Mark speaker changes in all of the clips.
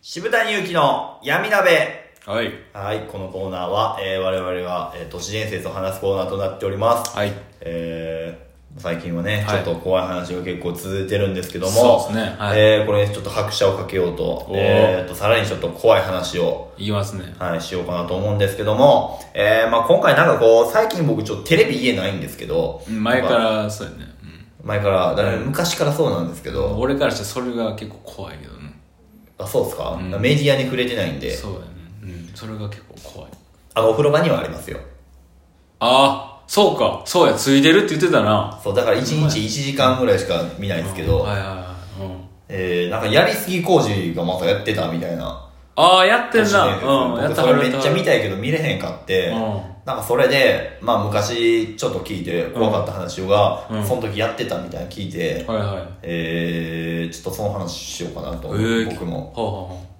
Speaker 1: 渋谷祐希の闇鍋
Speaker 2: はい。
Speaker 1: はい、このコーナーは、えー我々が、えー都市伝説を話すコーナーとなっております。
Speaker 2: はい。
Speaker 1: えー最近はね、
Speaker 2: はい
Speaker 1: ちょっと怖い話が結構続いてるんですけども、
Speaker 2: そうですねはい
Speaker 1: えーこれにちょっと拍車をかけようと、
Speaker 2: おー
Speaker 1: えーと、さらにちょっと怖い話を、
Speaker 2: いきますね。
Speaker 1: はい、しようかなと思うんですけども、えーまあ今回なんかこう、最近僕ちょっとテレビ家ないんですけど、
Speaker 2: 前か
Speaker 1: なん。
Speaker 2: ら、そうやね。
Speaker 1: 前から、だから昔からそうなんですけ
Speaker 2: うん、
Speaker 1: ど、
Speaker 2: 俺からしてそれが結構怖いけどね。
Speaker 1: あ、そうですか、
Speaker 2: ん
Speaker 1: メディアに触れてないんで、
Speaker 2: そうやね。うん。それが結構怖い。
Speaker 1: あ、お風呂場にはありますよ。
Speaker 2: ああ、そうか。そうや、ついでるって言ってたな。
Speaker 1: そう、だから1日1時間ぐらいしか見ないんですけど、
Speaker 2: はいはいはい。うん。
Speaker 1: えー、なんかやりすぎ工事がまたやってたみたいな。
Speaker 2: ああ、やってん
Speaker 1: らしいです
Speaker 2: な。うん。やっ
Speaker 1: 僕
Speaker 2: た
Speaker 1: そ
Speaker 2: は
Speaker 1: れ
Speaker 2: る
Speaker 1: めっちゃ見
Speaker 2: い。
Speaker 1: たいけど見れへんかって、
Speaker 2: うん
Speaker 1: なんかそれで、まあ昔ちょっと聞いて怖かった話が、
Speaker 2: うん
Speaker 1: その時やってたみたいなの聞いて、
Speaker 2: はいはい。
Speaker 1: えー、ちょっとその話しようかなと思う、
Speaker 2: ええ
Speaker 1: 僕も。
Speaker 2: ほうほ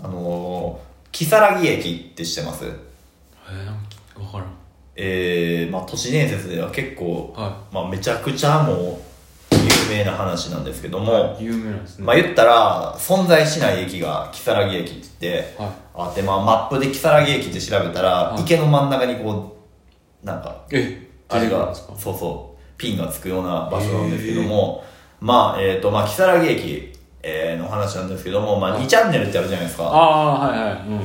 Speaker 2: うほ
Speaker 1: あのー、木更木駅って知ってます
Speaker 2: う。えー、なんかわからん。
Speaker 1: えー、まあ都市伝説では結構、
Speaker 2: は
Speaker 1: まあめちゃくちゃもう有名な話なんですけども、
Speaker 2: い。有名なんですね。
Speaker 1: まあ言ったら、存在しない駅が木更木駅って言って、
Speaker 2: はい
Speaker 1: あって、まあマップで木更木駅って調べたら、
Speaker 2: はい
Speaker 1: 池の真ん中にこう、なんか、
Speaker 2: え、
Speaker 1: あれ
Speaker 2: 出てくる
Speaker 1: が、
Speaker 2: んです
Speaker 1: そ
Speaker 2: か
Speaker 1: うそう、ピンがつくような場所なんですけども、まあ、えっ、と、まあ木更木駅、えーの話なんですけども、まあ
Speaker 2: はい
Speaker 1: 2チャンネルってあるじゃないですか。
Speaker 2: ああー、はいはい。うん。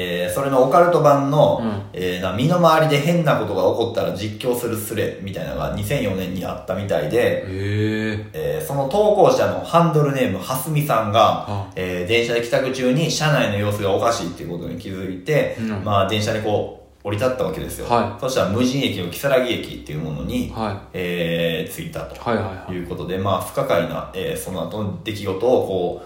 Speaker 1: えー、それのオカルト版の、
Speaker 2: うん
Speaker 1: えーな身の回りで変なことが起こったら実況するスレみたいなのが2004年にあったみたいで、
Speaker 2: ええ。
Speaker 1: えーその投稿者のハンドルネームはすみさんが
Speaker 2: あ、
Speaker 1: えー電車で帰宅中に車内の様子がおかしいっていうことに気づいて、
Speaker 2: うん
Speaker 1: まあ電車にこう降り立ったわけですよ、
Speaker 2: は
Speaker 1: そしたら無人駅の木更木駅っていうものに、
Speaker 2: は
Speaker 1: えー着いたと
Speaker 2: はいはいはい
Speaker 1: いうことで、まあ不可解な、えーその後の出来事をこ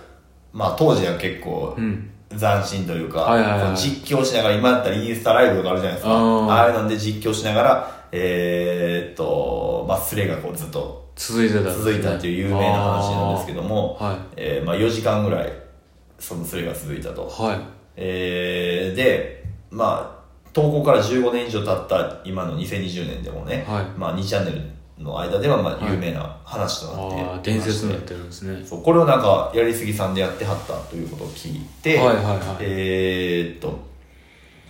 Speaker 1: う、まあ当時は結構
Speaker 2: い。うん。
Speaker 1: 斬新というか、
Speaker 2: はいはいはい
Speaker 1: その実況しながら今だったらインスタライブとかあるじゃないですか
Speaker 2: あー
Speaker 1: ああいうので実況しながらえーっとまあスレがこうずっと
Speaker 2: 続いてたんですね。
Speaker 1: 続いたっていう有名な話なんですけ
Speaker 2: ど。
Speaker 1: ども、
Speaker 2: はい。
Speaker 1: えーまあ、4時間ぐらいそのスレが続いたと、
Speaker 2: は
Speaker 1: えーでまあ投稿から15年以上経った今の2020年でもね、
Speaker 2: はい
Speaker 1: まあ、2チャンネルの間ではま
Speaker 2: は
Speaker 1: あ
Speaker 2: い
Speaker 1: 有名な話と
Speaker 2: い。
Speaker 1: なってい
Speaker 2: あ
Speaker 1: ま
Speaker 2: あ、
Speaker 1: して
Speaker 2: 伝説になってるんですね。
Speaker 1: そうこれをなんかやりすぎさんでやってはったということを聞いて、
Speaker 2: はいはいはい
Speaker 1: えーっと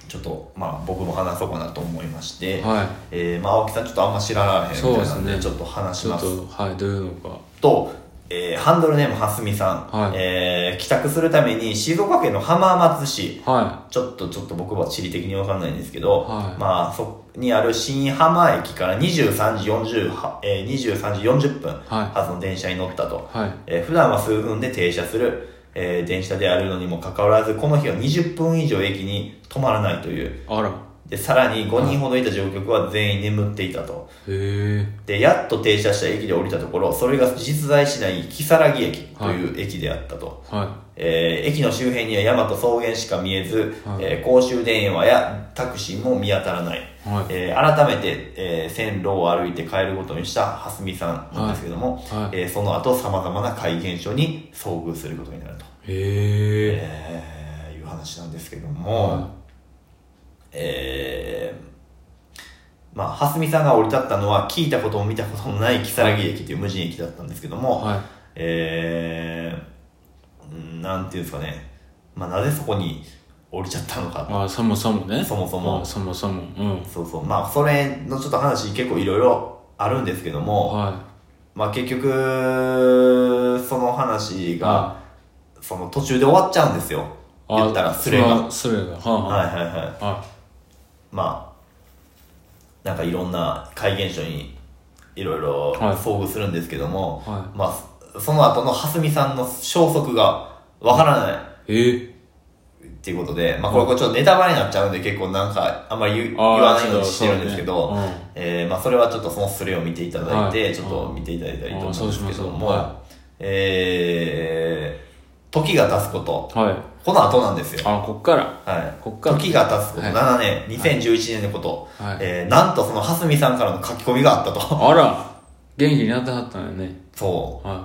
Speaker 1: ちょっとまあ僕も話そうかなと思いまして、
Speaker 2: は
Speaker 1: えーまあ、青木さんちょっとあんま知らられへんみたいなん
Speaker 2: そうです
Speaker 1: で
Speaker 2: ね
Speaker 1: ちょっと
Speaker 2: い。
Speaker 1: 話し
Speaker 2: ちょ
Speaker 1: ま
Speaker 2: っ
Speaker 1: す
Speaker 2: と、はい、どういうのか。
Speaker 1: と、えーハンドルネームはすみさん、
Speaker 2: はい
Speaker 1: えー帰宅するために静岡県の浜松市
Speaker 2: は
Speaker 1: ちょっとちょっと僕は地理的に分かんないんですけど、
Speaker 2: はい
Speaker 1: まあそこにある新浜駅から23時 ,40、えー23時40分
Speaker 2: はい
Speaker 1: 発の電車に乗ったと、
Speaker 2: い。はい。
Speaker 1: えー普段は数分で停車する、えー電車であるのにもかかわらずこの日は20分以上駅に止まらないという
Speaker 2: あら。
Speaker 1: でさらに5人ほどいた乗客は全員眠っていたと、
Speaker 2: へ
Speaker 1: でやっと停車した駅で降りたところそれが実在しない木更木駅という駅であったと、
Speaker 2: え。は
Speaker 1: えー駅の周辺には山と草原しか見えず、
Speaker 2: はい
Speaker 1: えー公衆電話やタクシーも見当たらない、
Speaker 2: い。はい。
Speaker 1: えー改めて、えー線路を歩いて帰ることにした蓮見さんなんですけども、
Speaker 2: はいはい
Speaker 1: えーその後さまざまな怪現象に遭遇することになると、
Speaker 2: へえ。
Speaker 1: えーいう話なんですけども、えー、まあ、蓮見さんが降り立ったのは、聞いたことも見たこともない木更木駅という無人駅だったんですけども、
Speaker 2: は
Speaker 1: えーうん、なんていうんですかね、まあ、なぜそこに降りちゃったの
Speaker 2: い。
Speaker 1: か、
Speaker 2: まあ、そもそもね。
Speaker 1: そもそも
Speaker 2: まあそもそも。うん。
Speaker 1: そうそう、まあ、それのちょっと話、結構いろいろあるんですけども、
Speaker 2: は
Speaker 1: まあ、結局、その話
Speaker 2: い。
Speaker 1: が、その途中で終わっちゃうんですよ。
Speaker 2: あ、
Speaker 1: 言ったら、スレが。は
Speaker 2: あスレが。はいい
Speaker 1: はいはい。
Speaker 2: は
Speaker 1: まあなんかいろんな怪現象にいろいろ
Speaker 2: はい
Speaker 1: 遭遇するんですけども、
Speaker 2: は
Speaker 1: まあその後の蓮見さんの消息がわからない
Speaker 2: い。ええ。
Speaker 1: っていうことで、まあ、これこれちょっとネタバレになっちゃうんで結構なんかあんまり言う言わないようにしてるんですけど
Speaker 2: あーそうだねうん
Speaker 1: えーまあ、それはちょっとそのスレを見ていただいて、
Speaker 2: はい
Speaker 1: ちょっと見ていただいたらいいと思うんですけど
Speaker 2: あーそうしまし
Speaker 1: も、
Speaker 2: ょうは
Speaker 1: えー時が経つこと
Speaker 2: はい。
Speaker 1: この後なんですよ
Speaker 2: あ、こっから。
Speaker 1: はい、
Speaker 2: こっから
Speaker 1: 時が経つこと
Speaker 2: はい
Speaker 1: 7年、2011年のこと、
Speaker 2: はい
Speaker 1: えーなんとその蓮見さんからの書き込みがあ ったと
Speaker 2: あら。元気になってはったんよね。
Speaker 1: そ
Speaker 2: は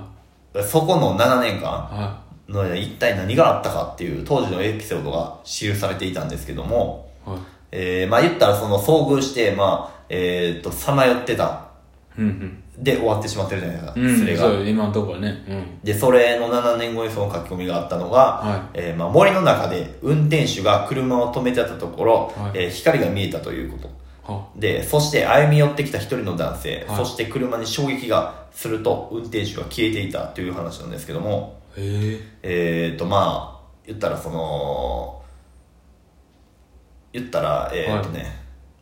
Speaker 1: うそこの7年
Speaker 2: い。
Speaker 1: 間
Speaker 2: は
Speaker 1: の間一体何があったかっていう当時のエピソードが記されていたんですけども、
Speaker 2: い。はい。
Speaker 1: えーまあ言ったらその遭遇してまあえーっとさまよってた
Speaker 2: うんうん。
Speaker 1: で終わってしまってるじゃないですか、
Speaker 2: うん。
Speaker 1: それが
Speaker 2: そう、今のところね。うん。
Speaker 1: でそれの7年後にその書き込みがあったのが、
Speaker 2: は
Speaker 1: えーまあ、森の中で運転手が車を止めてたところ、
Speaker 2: はい
Speaker 1: えー光が見えたということ
Speaker 2: は
Speaker 1: でそして歩み寄ってきた一人の男性、
Speaker 2: はい
Speaker 1: そして車に衝撃がすると運転手が消えていたという話なんですけども
Speaker 2: へえ。
Speaker 1: えっ、とまあ言ったらその言ったらえっ、とね、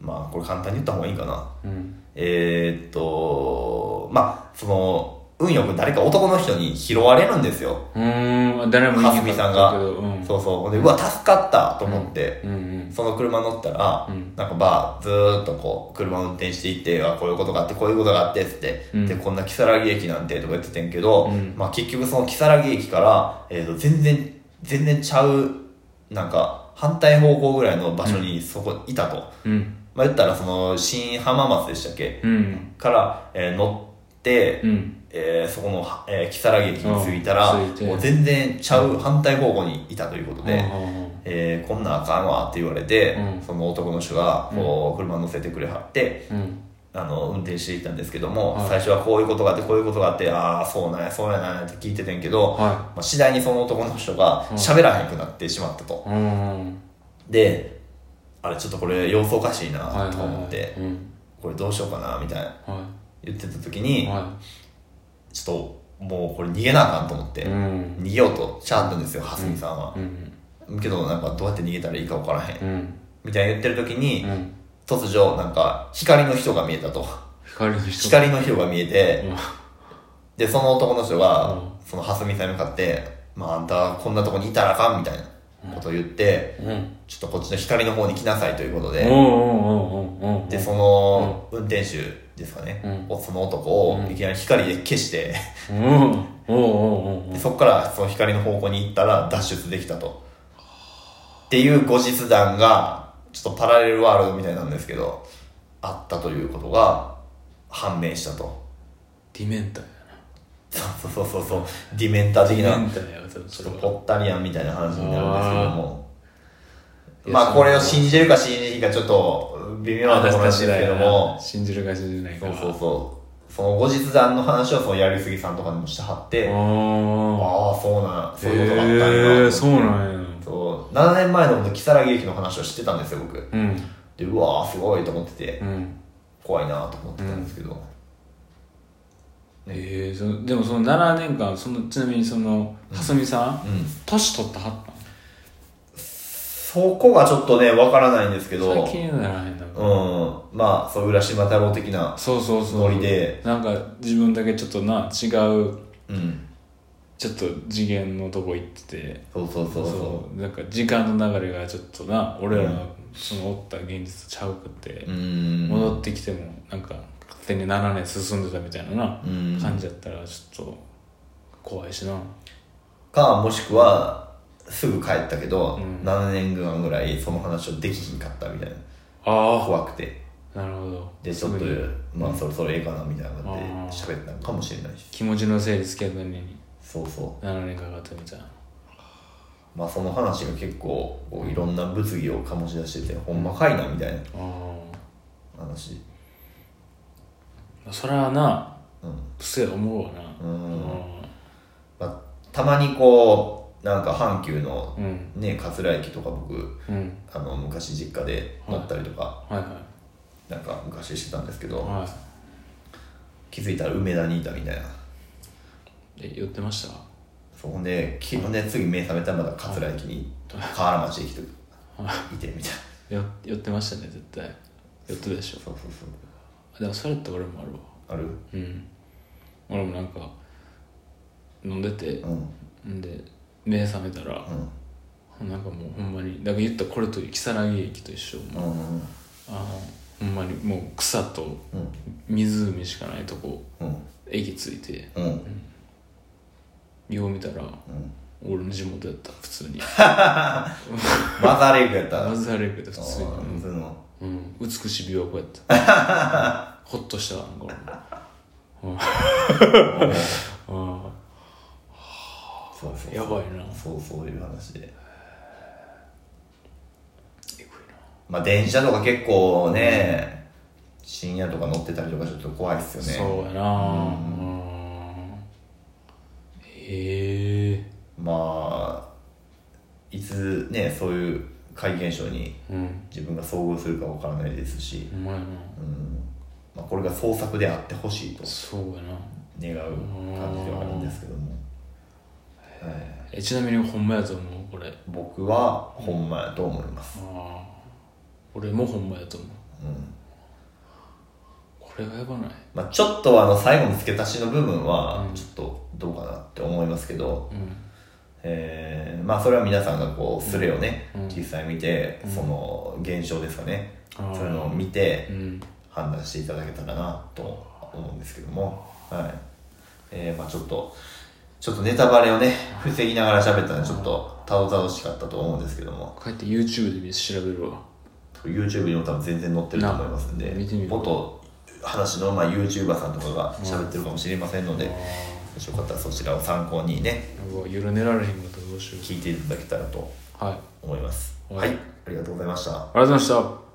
Speaker 1: まあこれ簡単に言った方がいいかな
Speaker 2: うん。
Speaker 1: えーっと、まあ、その、運よく誰か男の人に拾われるんですよ。
Speaker 2: うーん、誰も言いにくかったけど、うん。
Speaker 1: そうそう。ほんで、うわ、助かったと思って、
Speaker 2: うんうん。
Speaker 1: その車乗ったら、
Speaker 2: うん
Speaker 1: なんかまあ、ずーっとこう、車運転していって、あ、こういうことがあって、こういうことがあって、つって、
Speaker 2: うん
Speaker 1: で、こんな木更木駅なんて、とか言っててんけど、
Speaker 2: うん
Speaker 1: まあ結局その木更木駅から、えーっと、全然、全然ちゃう、なんか、反対方向ぐらいの場所にそこいたと。
Speaker 2: うん。
Speaker 1: まあ言ったら、その、新浜松でしたっけ
Speaker 2: うん。
Speaker 1: から、えー乗って、
Speaker 2: うん。
Speaker 1: えーそこの、はえー、木更木駅に着いたら、
Speaker 2: うん着いて
Speaker 1: もう全然ちゃう反対方向にいたということで、
Speaker 2: うんうんうん
Speaker 1: えーこんなんあかんわって言われて、
Speaker 2: うん
Speaker 1: その男の人がこう車乗せてくれはって、
Speaker 2: うん。
Speaker 1: あの運転していったんですけども、
Speaker 2: はい
Speaker 1: 最初はこういうことがあってこういうことがあってああそうなんやそうやなんやって聞いててんけど、
Speaker 2: は
Speaker 1: まあ、次第にその男の人が
Speaker 2: うん
Speaker 1: 喋らへんくなってしまったと、
Speaker 2: い。うん。
Speaker 1: であれちょっとこれ様子おかしい
Speaker 2: はい
Speaker 1: なと思って、
Speaker 2: はいはいうん。
Speaker 1: これどうしようかなみたいな
Speaker 2: は
Speaker 1: 言ってた時に、
Speaker 2: い。は
Speaker 1: ちょっともうこれ逃げなあかんと思って、
Speaker 2: い。うん。
Speaker 1: 逃げようとしちゃったんですよ蓮見さんは
Speaker 2: う、ん。
Speaker 1: けどなんかどうやって逃げたらいいか分からへん、
Speaker 2: うん。
Speaker 1: みたいな言ってる時に、
Speaker 2: うん。
Speaker 1: 突如なんか光の人が見えたと
Speaker 2: 光の人。
Speaker 1: 光の人が見えて、
Speaker 2: うん
Speaker 1: でその男の人が、
Speaker 2: うん
Speaker 1: その蓮見さんに向かって「まああんたこんなとこにいたらあかん」みたいなことを言って、
Speaker 2: うん。
Speaker 1: ちょっとこっちの光の方に来なさいということ
Speaker 2: おう
Speaker 1: で、
Speaker 2: おうおうおうおう。
Speaker 1: でその運転手ですかね、
Speaker 2: う
Speaker 1: を
Speaker 2: ん
Speaker 1: その男を
Speaker 2: うん
Speaker 1: いきなり光で消して、
Speaker 2: うん。おうおうおうおう
Speaker 1: で。そこからその光の方向に行ったら脱出できたと。っていう後日談が、ちょっとパラレルワールドみたいなんですけど、あったということが判明したと。
Speaker 2: ディメンターや
Speaker 1: そうそうそうそう、ディメンター
Speaker 2: な。
Speaker 1: 的
Speaker 2: ディメ
Speaker 1: な
Speaker 2: ン、ターやわ、それ
Speaker 1: ち
Speaker 2: そ
Speaker 1: ょ
Speaker 2: れ
Speaker 1: っと
Speaker 2: は。
Speaker 1: ポッタリアンみたいな話になるんですけども。
Speaker 2: あー
Speaker 1: まあこれを信じるか信じないかちょっと微妙なところなんですけども、
Speaker 2: 信じるか信じない
Speaker 1: そ
Speaker 2: か
Speaker 1: う
Speaker 2: は。
Speaker 1: そうそう、その後日談の話をそのやりすぎさんとかにもしてはって、
Speaker 2: あ
Speaker 1: ああ、そうなん、
Speaker 2: あ。
Speaker 1: そういうことがあったんやなと
Speaker 2: へ
Speaker 1: 思
Speaker 2: え、
Speaker 1: って
Speaker 2: そうなんや。
Speaker 1: そう7年前の木更木駅の話を知ってたんですよ僕
Speaker 2: うん。
Speaker 1: でうわーすごいと思ってて
Speaker 2: うん。
Speaker 1: 怖いなと思ってたんですけど、
Speaker 2: ええ、そのでもその7年間、その、ちなみにその、はすみさん、
Speaker 1: うん
Speaker 2: 年取ったはったん
Speaker 1: そこがちょっとねわからないんですけど
Speaker 2: それ
Speaker 1: う
Speaker 2: 気にならへんだ
Speaker 1: んまあそう浦島太郎的な
Speaker 2: そうそうそう
Speaker 1: ノリで
Speaker 2: なんか自分だけちょっとな違う
Speaker 1: うん
Speaker 2: ちょっと次元のとこ行ってて
Speaker 1: そうそうそうそう
Speaker 2: うなんか時間の流れがちょっとな俺らのそのおった現実とちゃうくて
Speaker 1: う、ん
Speaker 2: 戻ってきてもなんか勝手に7年進んでたみたいなな、
Speaker 1: うん
Speaker 2: 感じやったらちょっと怖いしな
Speaker 1: かもしくはすぐ帰ったけど、
Speaker 2: うん
Speaker 1: 7年間ぐらいその話をできひんかったみたいな
Speaker 2: あ
Speaker 1: 怖くて
Speaker 2: あなるほど
Speaker 1: でちょっ
Speaker 2: す
Speaker 1: と
Speaker 2: ぐに
Speaker 1: まあそろそろええかなみたいな感
Speaker 2: あー
Speaker 1: じで喋ったんかもしれないし
Speaker 2: 気持ちの整理つけずに
Speaker 1: そうそう
Speaker 2: 7年かかったみたいな
Speaker 1: まあその話が結構こういろんな物議を醸し出しててほんまかいなみたいな
Speaker 2: あ
Speaker 1: 話
Speaker 2: あそれはな
Speaker 1: うん、
Speaker 2: すげえ思うわな
Speaker 1: うんまあ、たまにこうなんか阪急の
Speaker 2: うん
Speaker 1: ね桂駅とか僕
Speaker 2: うん
Speaker 1: あの昔実家で乗ったりとか
Speaker 2: はいは
Speaker 1: なんか昔してたんですけ
Speaker 2: い
Speaker 1: ど
Speaker 2: は
Speaker 1: 気づいたら梅田にいたみたいない
Speaker 2: え言ってました
Speaker 1: そこできほんで次目覚めたらまだ桂駅に河原町駅とかいてみたいな
Speaker 2: よ寄ってましたね絶対寄ってたでしょ
Speaker 1: そうそうそう
Speaker 2: でもそれって俺もあるわ
Speaker 1: ある
Speaker 2: うん俺もなんか飲んでて
Speaker 1: うんうん
Speaker 2: んで目覚めたらなんかもうほんまにだから言ったらこれと木更木駅と一緒
Speaker 1: うんうん
Speaker 2: あのほんまにもう草と
Speaker 1: うん
Speaker 2: 湖しかないとこ
Speaker 1: うん
Speaker 2: 駅ついて
Speaker 1: うんうん
Speaker 2: よう見たら俺の地元やった普通 に
Speaker 1: マザーレイクやった
Speaker 2: マザーレイクで普通に
Speaker 1: あーそういうの
Speaker 2: うん、美しい琵琶湖やった。 ほっとしたわなんか俺も。 うんうん
Speaker 1: そうそうそう
Speaker 2: やばいな。
Speaker 1: そうそういう話で
Speaker 2: えぐいな。
Speaker 1: まあ電車とか結構ね、深夜とか乗ってたりとかちょっと怖いっすよね
Speaker 2: そうやなうんへえ
Speaker 1: まあいつねそういう怪現象に
Speaker 2: うん
Speaker 1: 自分が遭遇するかわからないですし、
Speaker 2: うまいな
Speaker 1: うんまあ、これが創作であってほしいと
Speaker 2: そうやな
Speaker 1: 願う感じではあるんですけども、はい
Speaker 2: えちなみにほんまやと思うこれ
Speaker 1: 僕はほんまやと思います、
Speaker 2: ああ俺もほんまやと思う
Speaker 1: うん
Speaker 2: これはやばない
Speaker 1: まあ、ちょっとあの最後の付け足しの部分はちょっとどうかなって思いますけど、
Speaker 2: うん
Speaker 1: えーまあ、それは皆さんがこうスレをね、
Speaker 2: うん
Speaker 1: 実際見て、
Speaker 2: うん
Speaker 1: その現象ですかね、
Speaker 2: あ
Speaker 1: そういうのを
Speaker 2: あ
Speaker 1: 見て
Speaker 2: うん
Speaker 1: 判断していただけたらなと思うんですけども、はいえーまあ、ちょっとちょっとネタバレをね防ぎながら喋ったのでちょっとたどたどしかったと思うんですけども
Speaker 2: こうやって YouTube で調べるわ
Speaker 1: YouTube にも多分全然載ってると思いますんで
Speaker 2: な見てみる
Speaker 1: 元話のまあ YouTuber さんとかが喋ってるかもしれませんので、
Speaker 2: あ
Speaker 1: も
Speaker 2: あ
Speaker 1: しよかったらそちらを参考にね
Speaker 2: やばい夜寝られへんかったらどうしよ
Speaker 1: 聞いていただけたらと
Speaker 2: うはいあり
Speaker 1: 思います。
Speaker 2: はい
Speaker 1: はい、ありがとうございました
Speaker 2: がとうございました